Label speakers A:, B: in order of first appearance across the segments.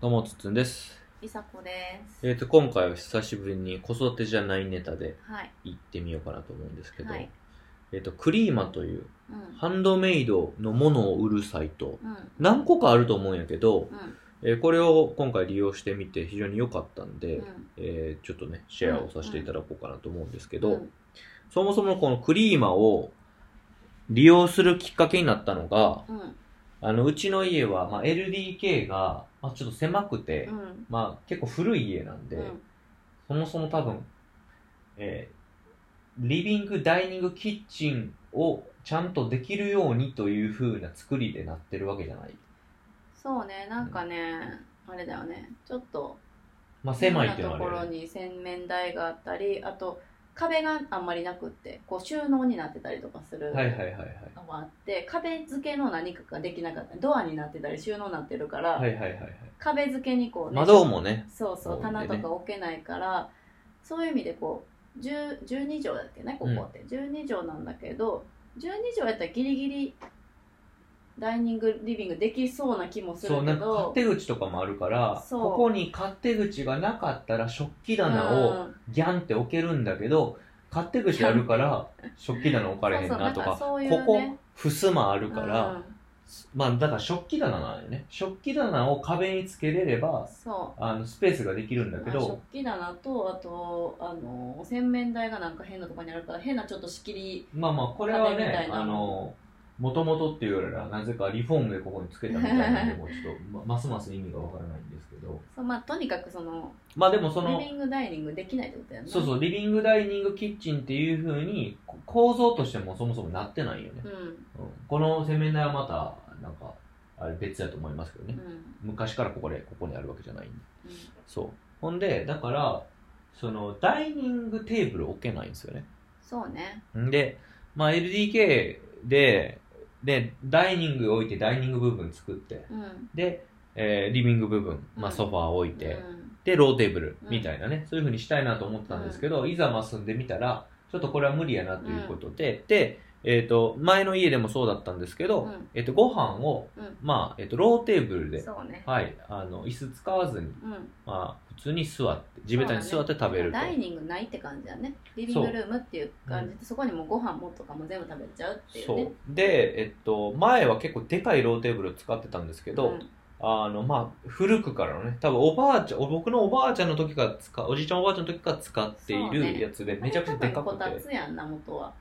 A: どうも、つっつんです。
B: いさこです。
A: えっ、と、今回は久しぶりに子育てじゃないネタで
B: はい。
A: 行ってみようかなと思うんですけど、
B: はい
A: えっ、と、クリーマという
B: うん。
A: ハンドメイドのものを売るサイト、
B: うん。
A: 何個かあると思うんやけど、
B: うん。
A: えーこれを今回利用してみて非常に良かったんで、
B: うん。
A: えーちょっとね、シェアをさせていただこうかなと思うんですけど、
B: うん
A: そもそもこのクリーマを利用するきっかけになったのが、
B: うん。
A: あの、うちの家は、まあ、LDK が、まあ、ちょっと狭くて、
B: うん。
A: まあ、結構古い家なんで、
B: うん
A: そもそも多分、えーリビング、ダイニング、キッチンをちゃんとできるようにという風な作りでなってるわけじゃない。
B: そうね、なんかね、あれだよね。ちょっと、
A: まあ、狭いってい
B: 変
A: う
B: な
A: の
B: とこ
A: はあ
B: ろ
A: れ、ね、
B: に洗面台があったり、あと、壁があんまりなくって、こう収納になってたりとかする。
A: はいはいはいはい。
B: のもあって壁付けの何かができなかったドアになってたり収納になってるから、
A: はいはいはいはい。
B: 壁付けにこう、ね、
A: 窓もね、
B: そうそ
A: そ
B: う
A: うね
B: 棚とか置けないからそういう意味でこう10 12畳だっけねここって、12畳なんだけど12畳やったらギリギリダイニングリビングできそうな気もす
A: そう、
B: る
A: な
B: け
A: んか勝
B: ど
A: 手口とかもあるから、
B: そう
A: ここに勝手口がなかったら食器棚を
B: うん
A: ギャンって置けるんだけど、勝手口あるから食器棚置かれへんなとか、
B: そうそうなんかそういうね
A: ここ、襖あるから、
B: うん
A: まあだから食器棚なんよね食器棚を壁につけれれば
B: そ
A: あのスペースができるんだ
B: う
A: け
B: まあ
A: ど
B: 食器棚とあとあの洗面台がなんか変なとこにあるから変なちょっと仕切り
A: まあまあこれは
B: 壁みた
A: ね
B: いな
A: あのもともとっていうよりはなぜかリフォームでここにつけたみたいなのでもうちょっとまますます意味がわからないんですけど
B: そうまあとにかくその
A: まあでもその
B: リビングダイニングできないってことやね
A: そうそうリビングダイニングキッチンっていうふうにこ構造としてもそもそもなってないよね、
B: うん
A: うんこの洗面台はまたなんかあれ別だと思いますけど
B: う
A: ね
B: ん、うん
A: 昔からここでここにあるわけじゃないんでそう。ほんで、だから、その、ダイニングテーブル置けないんですよね。
B: そうね
A: んで、まあ、LDK で、で、ダイニング置いて、ダイニング部分作って、
B: うん
A: で、えーリビング部分、まあ、
B: うん
A: ソファー置いうて、
B: ん
A: で、ローテーブル
B: うん
A: みたいなね、そういう風にしたいなと思ってたんですけど、いざまあ住んでみたら、ちょっとこれは無理やなということで、で、えっ、と、前の家でもそうだったんですけど、
B: うん
A: えっ、と、ご飯を、
B: うん
A: まあ、えっ、と、ローテーブルで、
B: そうね。
A: はい、あの、椅子使わずに、
B: うん。
A: まあ、普通に座って、地べたに座って食べると。
B: ダイニングないって感じだね。リビングルームっていう感じで、そこにもご飯もとかも全部食べちゃうっていう
A: そ
B: ね
A: う。で、えっと、前は結構でかいローテーブルを使ってたんですけど、
B: うん
A: あの、まあ、古くからのね、多分おばあちゃん、お僕のおばあちゃんの時から使う、おじいちゃんおばあちゃんの時から使ってい
B: そうね
A: るやつで、めちゃくちゃでかくて、
B: あれ多分こたつやんな、元は。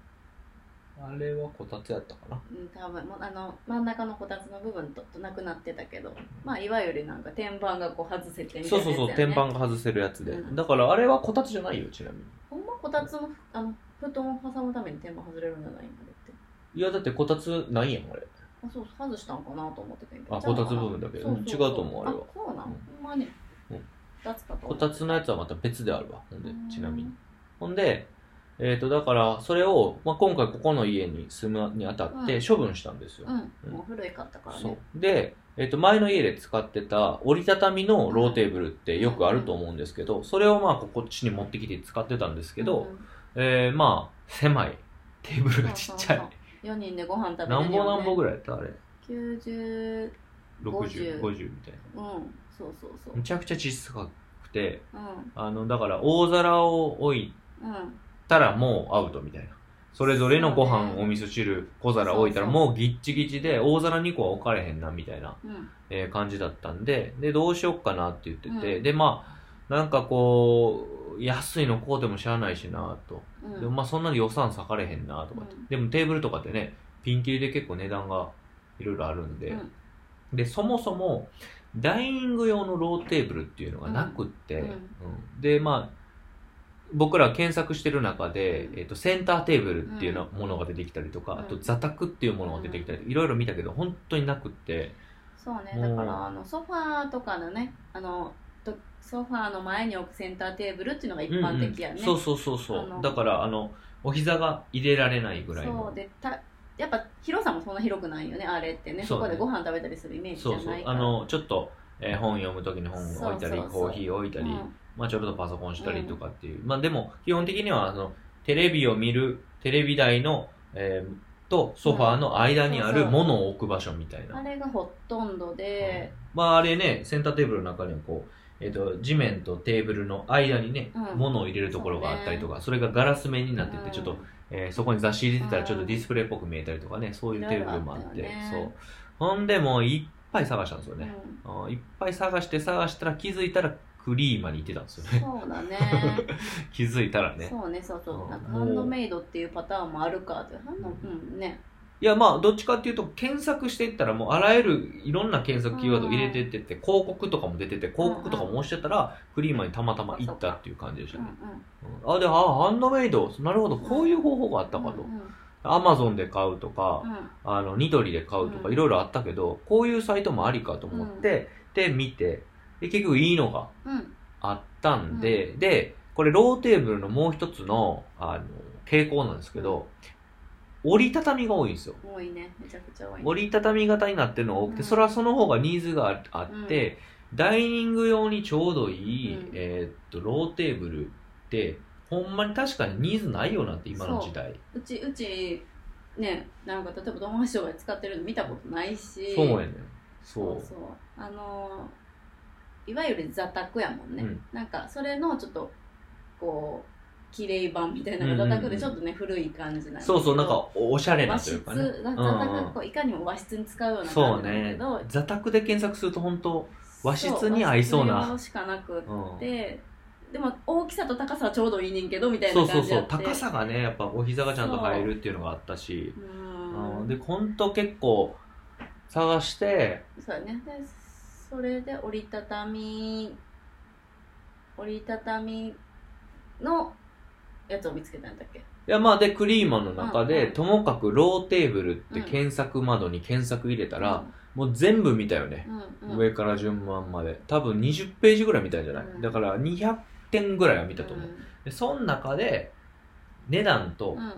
A: あれはこたつやったかな。
B: うん、多分もうあの真ん中のこたつの部分ととなくなってたけど、まあ、いわゆるなんか天板がこう外せてみた
A: そ
B: いうな
A: そうそう、
B: やつや
A: 天
B: ね
A: 板が外せるやつで。
B: うん
A: だから、あれはこたつじゃないよ、ちなみに。
B: ほんまこたつのあの布団を挟むために天板外れるんじゃないんだって。
A: いや、だってこたつないやん、あれ。
B: あ、そう、外したんかなと思ってたけど。
A: あこたつ部分だけ
B: そうそうそ
A: うん違うと思うあれは
B: そうなん。
A: うん
B: ほんまね。
A: うん
B: こたつかと思
A: こ
B: った
A: つのやつはまた別であるわ、ほんで
B: う、ん
A: ちなみに。ほんで、えっ、と、だから、それを、まあ、今回ここの家に住むにあたって
B: うん
A: 処分したんですよ。
B: うん、もう古いかったからね。
A: そう。で、えっ、と、前の家で使ってた折りたたみのローテーブルってよくあると思うんですけど、それをまあ、こっちに持ってきて使ってたんですけど、
B: うんうん
A: えーまあ、狭い。テーブルがちっちゃい。
B: そうそうそう4人でご飯食べて
A: 何本何本ぐ
B: らい
A: らいやったあれ。
B: ?90、
A: 60、
B: 50
A: 50みたいな。
B: うん、そうそうそう。う
A: め
B: ん、
A: ちゃくちゃ小さくて、
B: う
A: あの、だから大皿を置い
B: ん、
A: ったらもうアウトみたいな。それぞれのご飯、
B: そうね
A: お味噌汁、小皿置いたら
B: そうそ
A: もうギッチギチで、大皿2個は置かれへんな、みたいな、
B: うん、
A: えー感じだったんで、で、どうしよっかなって言ってて、
B: うん
A: で、まあ、なんかこう、安いのこうでもしゃあないしなと。
B: うん。
A: でもまあそんなに予算割かれへんなとかって、
B: うん
A: でもテーブルとかってね、ピンキリで結構値段がいろいろあるんで、で、そもそも、ダイニング用のローテーブルっていうのがなくって、
B: うんうん
A: うんで、まあ、僕ら検索してる中で、
B: うん
A: えっと、センターテーブルっていうのものが出てきたりとか、
B: うん
A: あと座卓っていうものが出てきたり、いろいろ見たけど、本当になくって、
B: そうね、
A: もう
B: だからあのソファーとかのね、あのとソファーの前に置くセンターテーブルっていうのが一般的やね。
A: そうそうそうそ
B: あ
A: う。
B: の
A: だから、あの、お膝が入れられないぐらい
B: そ
A: の
B: う。でたやっぱ広さもそんな広くないよね、あれってね。
A: そ
B: そう
A: ね
B: こでご飯食べたりするイメージじ
A: そ
B: ゃ
A: うそう
B: ないか
A: あ
B: ら。
A: の、ちょっと、えー本読む時に本を置いたり
B: そうそうそう
A: コーヒー置いたり、
B: うん
A: まあ、ちょっとパソコンしたりとかっていう、まあでも基本的にはあのテレビを見るテレビ台の、えーとソファーの間にあ
B: そう
A: る
B: そう
A: 物を置く場所みたいな
B: あ。れがほとんどで、
A: まああれね、センターテーブルの中にはこう、えっ、と、地面とテーブルの間にね、
B: うん
A: 物を入れるところがあったりとか、それがガラス面になって
B: う
A: て、
B: ん
A: ちょっと、えーそこに雑誌入れてたらちょっとディスプレイっぽく見えたりとかね、そういうテーブルもあって、
B: いろいろあった
A: そ
B: よ
A: う
B: ね。
A: ほんでもういっぱい探したんですよね。
B: うん
A: あーいっぱい探して探したら気づいたらクリーマに行ってたんですよね。
B: そうだ ね
A: 気づいたらね。
B: そうねそうそう、
A: うん
B: なんかハンドメイドっていうパターンもあるかってハンドうんね
A: いやまあどっちかっていうと検索していったらもうあらゆるいろんな検索キーワード入れてってって広告とかも出てて広告とかも押してたらクリーマにたまたま行ったっていう感じでし
B: う
A: た
B: ん
A: ね。うんあ、で、あ、ハンドメイド。なるほど。こういう方法があった
B: うん
A: かと
B: うん。うん
A: アマゾンで買うとか、
B: うん
A: あの、ニトリで買うとか
B: うん
A: いろいろあったけど、こういうサイトもありかと思って、で、見て、で、結局いいのが
B: うん
A: あったんで、で、これローテーブルのもう一つの、あの、傾向なんですけど、折りたたみが多いんですよ。
B: 多いねめちゃくちゃ多い、ね、
A: 折りたたみ型になってるのが多くて、
B: うん
A: それはその方がニーズがああって、ダイニング用にちょうどいい、
B: うん
A: えーっと、ローテーブルって、ほんまに確かにニーズないよなって、今の時代。
B: うちうちねなんか例えば友達とかで使ってるの見たことないし
A: そうやねん。そ
B: そうう。そうあのーいわゆる座卓やもんね、
A: うん
B: なんかそれのちょっとこう綺麗版みたいなのが
A: うんうんう
B: 座
A: ん
B: 卓でちょっとね、古い感じなんですけ
A: そ
B: ど
A: うそう、なんかおおしゃれな
B: 和
A: とい
B: 室
A: うかね。
B: 座卓
A: うんうん
B: がこういかにも和室に使うような
A: そ
B: 感
A: う
B: じなんだけ
A: ね
B: ど、。
A: 座宅で検索すると本当、和室
B: そう
A: に合いそうな
B: 和室用しかなくっ
A: うん、
B: て、でも大きさと高さはちょうどいいねんけどみたい
A: そ
B: な
A: うそ
B: 感
A: う
B: じ
A: そ
B: や
A: う
B: って
A: 高さがねやっぱお膝がちゃんと入るっていうのがあったし
B: う
A: う
B: ー
A: ん
B: ん
A: で本当結構探して
B: そうだねでそれで折りたたみ折りたたみのやつを見つけたんだっけ
A: いやまあでクリーマの中
B: うん
A: で、
B: うん
A: ともかくローテーブルって検索窓に検索入れたら、、もう全部見たよね
B: う、んうんうん、
A: 上から順番まで多分20ページぐらい見たんじゃない、
B: うん
A: だから200点ぐらいは見たと思う、
B: うん
A: でその中で値段と、
B: うん
A: ま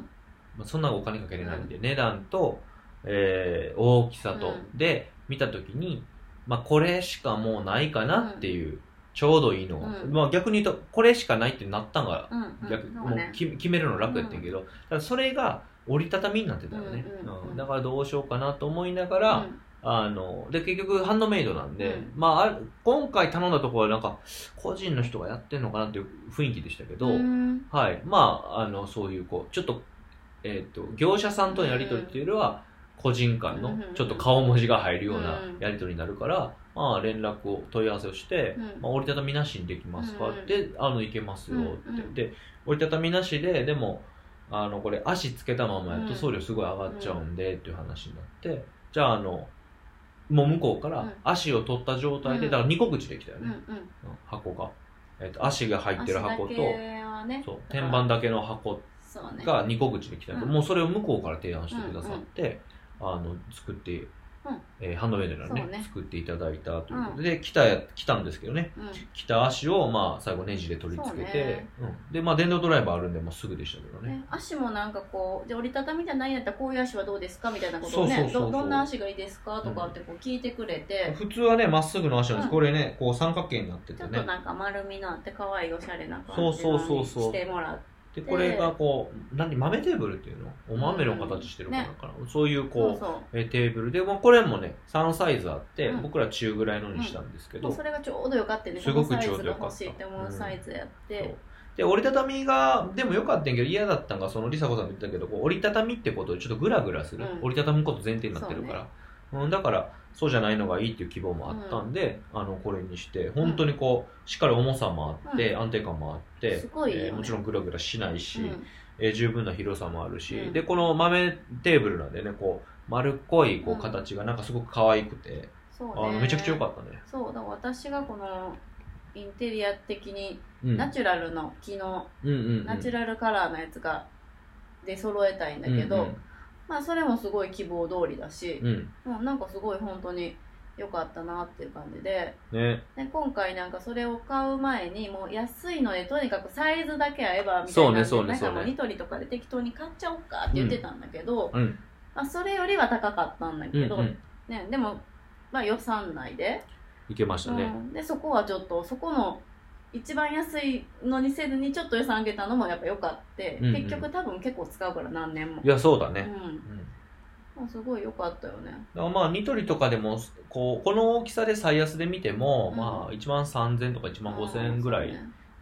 A: あ、そんなお金かけれないんで、値段と、えー大きさと、
B: うん
A: で見た時に、まあ、これしかもうないかなっていう、ちょうどいいのが、
B: うん
A: まあ、逆に言うとこれしかないってなったんが
B: うんうん
A: 逆、
B: そう
A: もう
B: ね
A: き決めるの楽やってんけど、ただそれが折りたたみになってたよね、
B: うんうんうん
A: だからどうしようかなと思いながら、
B: うん
A: あので結局ハンドメイドなんで、
B: うん
A: まあある今回頼んだところはなんか個人の人がやってんのかなっていう雰囲気でしたけど、
B: うん
A: はい。まあ、あの、そういう、こう、ちょっと、えっ、と、業者さんとのやりとりっていうよりは、個人間
B: う
A: の
B: んうんうん、
A: ちょっと顔文字が入るような
B: うん
A: やりとりになるから、まあ、連絡を、問い合わせをして、
B: うん
A: まあ、折りたたみなしにできますか
B: うんうん
A: で、あの、いけますよって。
B: うんうん
A: で、折りたたみなしで、でも、あの、これ、足つけたままや
B: う
A: と
B: ん
A: 送料すごい上がっちゃうんで、っていう話になって、じゃあ、あの、もう向こうか
B: う
A: ら
B: ん
A: 足を取った状態で、
B: うん
A: だから2個口できたよ
B: うんう
A: ね、
B: ん
A: うん箱が。えっ、と、足が入ってる箱と、
B: 足だけはね
A: そう天板だけの箱
B: そうね
A: が2個口で来たけど、
B: うん
A: もうそれを向こうから提案してくださって、あの作って、えーハンドメイドならね
B: そうね
A: 作っていただいたということで、来た来たんですけどね
B: うん
A: 来た足を、まあ、最後ネジで取り付けて
B: そうね
A: うんで、まあ、電動ドライバーあるんでもうすぐでしたけどね
B: ね、足もなんかこうじゃあ折りたたみじゃないんやったらこういう足はどうですかみたいなことをね
A: そうそうそうそう
B: どどんな足がいいですかとかってこう聞いてくれて、
A: 普通はねまっすぐの足なんです、
B: うん
A: これねこう三角形になって
B: ち
A: て
B: ょっ
A: ね
B: となんか丸みのあって可愛いおしゃれな感じ
A: そうそうそう
B: のに
A: そう
B: してもらって
A: でこれがこう何豆テーブルっていうのお豆の形してるかな、
B: うん
A: かなそういうこう
B: そうそ
A: えーテーブルで、まあ、これもね3サイズあって、
B: うん
A: 僕ら中ぐらいのにしたんですけ
B: う
A: ど、
B: もうそれがちょうどよかったよね
A: すごくちょうど
B: こ
A: よ
B: のサイズ
A: か
B: が
A: った
B: 欲しいって思うサイズやって、
A: そうで折りたたみがでもよかったんやけど嫌だったんがそのりさこさんも言ってたけどこう折りたたみってことでちょっとグラグラする、
B: うん
A: 折りたたむこと前提になってるからう、ん、だからそうじゃないのがいいっていう希望もあったんで、あのこれにして本当にこうしっかり重さもあって、安定感もあって
B: すごいよね
A: えーもちろんグラグラしないし、
B: うん
A: えー十分な広さもあるし、
B: うん
A: でこの豆テーブルなんでねこう丸っこいこう形がなんかすごく可愛くて、
B: そうね
A: あのめちゃくちゃ良かったね。
B: そうだから私がこのインテリア的に
A: うん
B: ナチュラルの木の
A: うんうんうん、
B: ナチュラルカラーのやつがで揃えたいんだけど、まあそれもすごい希望通りだし
A: うん、うん、
B: うん、なんかすごい本当に良かったなっていう感じで
A: うんね
B: で今回なんかそれを買う前にもう安いのでとにかくサイズだけ合えばみたいなんで
A: そうねそうね
B: なんかも
A: そう
B: う
A: ね
B: ニトリとかで適当に買っちゃおうかって言ってたんだけど、
A: うん
B: まあ、それよりは高かったんだ
A: うん
B: け
A: う
B: ど、
A: ん
B: ね、でも、まあ、予算内で,、
A: いけましたね、
B: うん、でそこはちょっとそこの一番安いのにせずにちょっと予算上げたのもやっぱ良かって、
A: うんうん
B: 結局多分結構使うから何年も
A: い。やそうだ
B: う
A: ね、
B: ん
A: うん
B: もうすごい良かったよね
A: だからまあニトリとかでもこうこの大きさで最安で見ても、
B: うん
A: まあ1万3000とか1万5000円ぐらい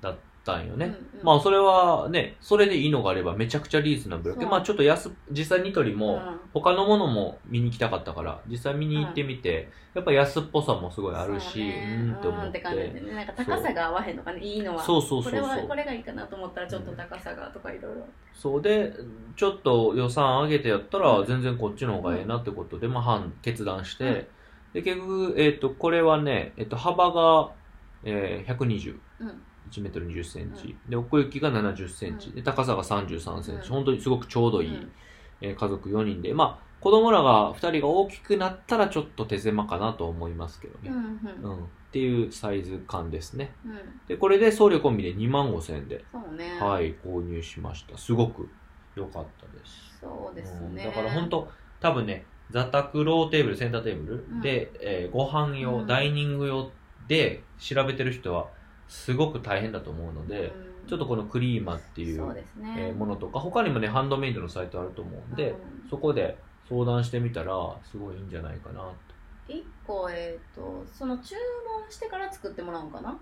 A: だったんよね、
B: うんうん
A: まあそれはねそれでいいのがあればめちゃくちゃリーズナブルで
B: そう
A: まあちょっと安実際ニトリも、
B: うん
A: 他のものも見に行きたかったから実際見に行ってみて、やっぱ安っぽさもすごいあるし,、
B: そうね
A: んって思
B: うん
A: っ
B: ってて感じでねなんか高さが合わへんのかねいいのは
A: そうそうそう
B: これ
A: そ
B: は
A: う
B: これがいいかなと思ったらちょっと高さがとかいろいろ
A: そうでちょっと予算上げてやったら
B: うん
A: 全然こっちの方がええなってことで、まあ判決断して、で結局、えっとこれはね、えっと幅が、えー、120。
B: うん
A: 1メートル20センチ、で奥行きが70センチ、で高さが33センチ、
B: うん
A: 本当にすごくちょうどいい、
B: うん
A: えー家族4人でまあ子供らが2人が大きくなったらちょっと手狭かなと思いますけど
B: うん
A: ね、うんっていうサイズ感ですね
B: うんうん
A: でこれで送料込みで2万5000円で、
B: そうね
A: はい購入しましたすごく良かったです
B: そうです
A: うん
B: ね
A: だから本当多分ね座卓ローテーブルセンターテーブル、
B: うん
A: で、えーご飯用、
B: うん
A: ダイニング用で調べてる人はすごく大変だと思うので、ちょっ
B: とっ
A: とこのクリーマっていう
B: そうですね
A: えーものとか他にもねハンドメイドのサイトあると思うんで、そこで相談してみたらすごいいいんじゃないかなと
B: 1個えっ、とその注文してから作ってもらうんかな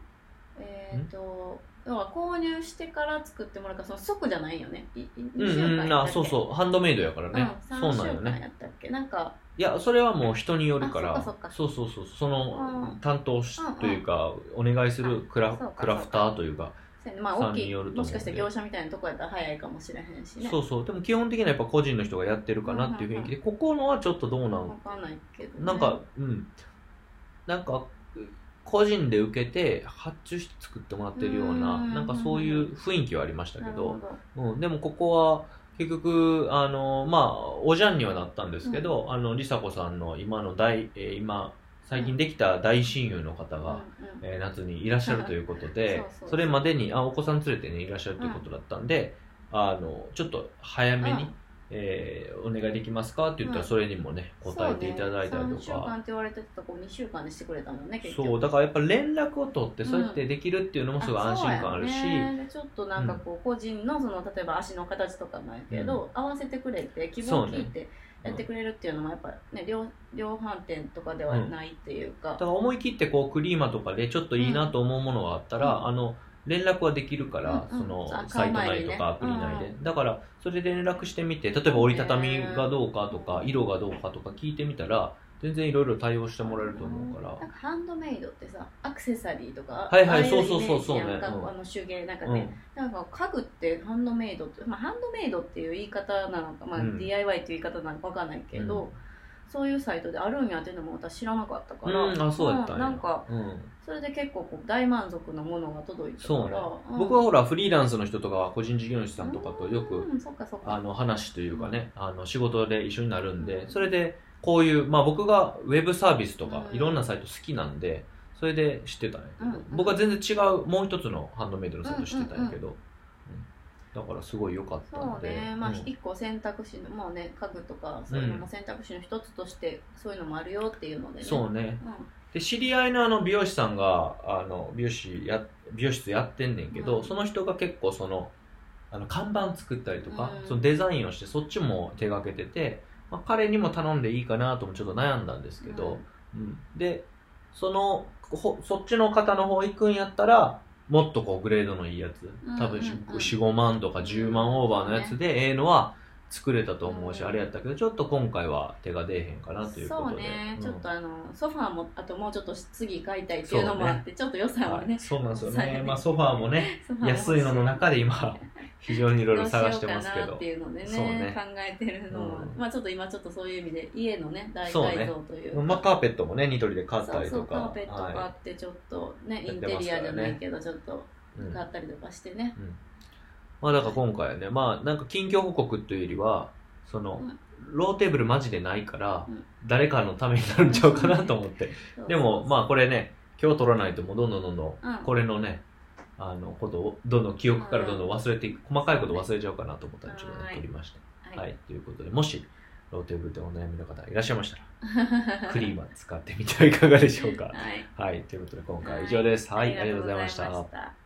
B: えっ、と要は購入してから作ってもらうからその即じゃないよねいい
A: うん
B: 二週間
A: う
B: やっ
A: ん
B: たっ
A: あ
B: け
A: そうそうハンドメイドやから
B: う
A: ね、
B: ん、
A: そう
B: 3
A: なん
B: 週
A: よ
B: 間
A: ね
B: やったっけなんか
A: いやそれはもう人によるから
B: あそっか
A: そうそうそうその、
B: うん
A: 担当し、
B: うんうん
A: というかお願いするクラ
B: あそうか
A: クラフターというか
B: そうやねまあ
A: さん
B: 大き
A: に
B: い
A: よると思うん
B: も
A: で
B: しかしたら業者みたいなとこやったら早いかもしれへんしね
A: そうそうでも基本的にはやっぱ個人の人がやってるかなっていう雰囲気で、ここのはちょっとどうなん
B: わかんないけど、ね、
A: なんか、うん。なんか、個人で受けて、発注して作ってもらってるような、
B: うん
A: なんかそういう雰囲気はありましたけ
B: なる
A: ど
B: ほ、ど
A: うん、でもここは、結局、あの、まあ、おじゃんにはなったんですけど、あの、りさこさんの今の大、えー今、最近できた大親友の方が、
B: うんうん
A: えー夏にいらっしゃるということで、
B: そうそうそう
A: それまでに、あ、お子さん連れてね、いらっしゃるということだったんで、あの、ちょっと早めに、
B: うん
A: えーお願いできますかって言ったら、
B: うん
A: それにもね、答えていただいたりと
B: そうね、3週間
A: か。
B: って言われてたとこ2週間でしてくれたもんね結局
A: そう、だからやっぱ連絡を取って、
B: うん
A: そうやってできるっていうのもすごい安心感あるし、
B: そうやねでちょっとなんかこう、個人のその例えば足の形とかもやけど、合わせてくれて希望を聞いてやってくれるっていうのもやっぱね量量販店とかではないっていうか
A: だ、から思い切ってこう、クリーマとかでちょっといいなと思うものがあったら、
B: うん
A: あの、連絡はできるから、
B: うんうん
A: その
B: そう
A: サイト内
B: 買う前に
A: と
B: ね
A: かアプリ内で、
B: う
A: だからそれで連絡してみて例えば折りたたみがどうかとか、
B: ね
A: 色がどうかとか聞いてみたら全然いろいろ対応してもらえると思うから、
B: なんかハンドメイドってさアクセサリーとか
A: はいはい
B: ああうイメージ
A: そうそうそうそうね
B: なんか
A: うん
B: あの手芸なんか
A: う
B: ね
A: ん、
B: なんか家具ってハンドメイドって、まあ、ハンドメイドっていう言い方なのか、まあ
A: うん
B: DIY っていう言い方なのかわかんないけど、
A: うん
B: そういうサイトであるんやっていうのも私知らなかったから、
A: うん、あそうやったんや、
B: なんか
A: うん、
B: それで結構こう大満足のものが届いたから
A: そうね
B: ん
A: 僕はほらフリーランスの人とか個人事業主さんとかとよく
B: うんそっかそっか
A: あの話というかねあの仕事で一緒になるんで
B: うん
A: それでこういうまあ僕がウェブサービスとか
B: うん
A: いろんなサイト好きなんでそれで知ってたんやけど
B: うん
A: 僕は全然違うもう一つのハンドメイドのサイト知ってたんやけどうんだからすごい良かった
B: そ
A: ん
B: う
A: で
B: ねまあ
A: うん
B: 一個選択肢のもうね家具とかそういうのも選択肢の一つとしてそういうのもあるよっていうのでね
A: そうねで知り合いのあの美容師さんがあの美容師や美容室やってんねんけど、
B: うん
A: その人が結構そのあの看板作ったりとか、
B: うん
A: そのデザインをしてそっちも手がけてて、まあ、彼にも頼んでいいかなともちょっと悩んだんですけど、うんでそのほそっちの方の方行くんやったらもっとこうグレードのいいやつ
B: うん
A: 多分
B: うん
A: 45万とか10万オーバーのやつでええのは作れたと思うし、
B: うん
A: あれやったけどちょっと今回は手が出えへんかなということで
B: そうね、
A: うん
B: ちょっとあのソファーもあともうちょっと次買いたいっていうのもあって、ちょっと予算は
A: は
B: ね
A: い、そうなんですよ
B: そうや
A: ね
B: ね。
A: まあソファーもね、
B: ソファーも
A: 安いのの中で今、非常にいろいろ探してますけ
B: どうしようかな
A: ど
B: って。いうのでね
A: そうね
B: 考えてるのも、
A: うん
B: まあちょっと今ちょっとそういう意味で家のね大
A: そうね
B: 改造という
A: まあカーペットもね、ニトリで買っ
B: そ
A: た
B: う
A: り
B: そ
A: と
B: うカ
A: か。
B: ーペット買
A: は
B: ってちょっとね、
A: や
B: イ
A: っ
B: ン
A: て
B: テ
A: ます
B: リ
A: から
B: ア
A: ね
B: じゃないけどちょっと
A: いうん
B: 買ったりとかしてね、
A: まあだから今回はね、まあなんか近況報告というよりは、その
B: うん、
A: ローテーブルマジでないから
B: うん、
A: 誰かのためになるんちゃうかなと思って。
B: そう
A: でもまあこれね、今日取らないともうどんどんどんどん
B: うん、
A: これのね、あのことをどんどん記憶からどんどん忘れていく、細かいこと忘れちゃうかなと思ったんで、ちょっとね
B: はい
A: 取りました。
B: は、
A: はいい、ということで、もし、ローテーブルでお悩みの方がいらっしゃいましたら、 クリーマー使ってみてはいかがでしょうか。
B: はい
A: はい、ということで今回は以上です。はい、ありがとうございました。
B: た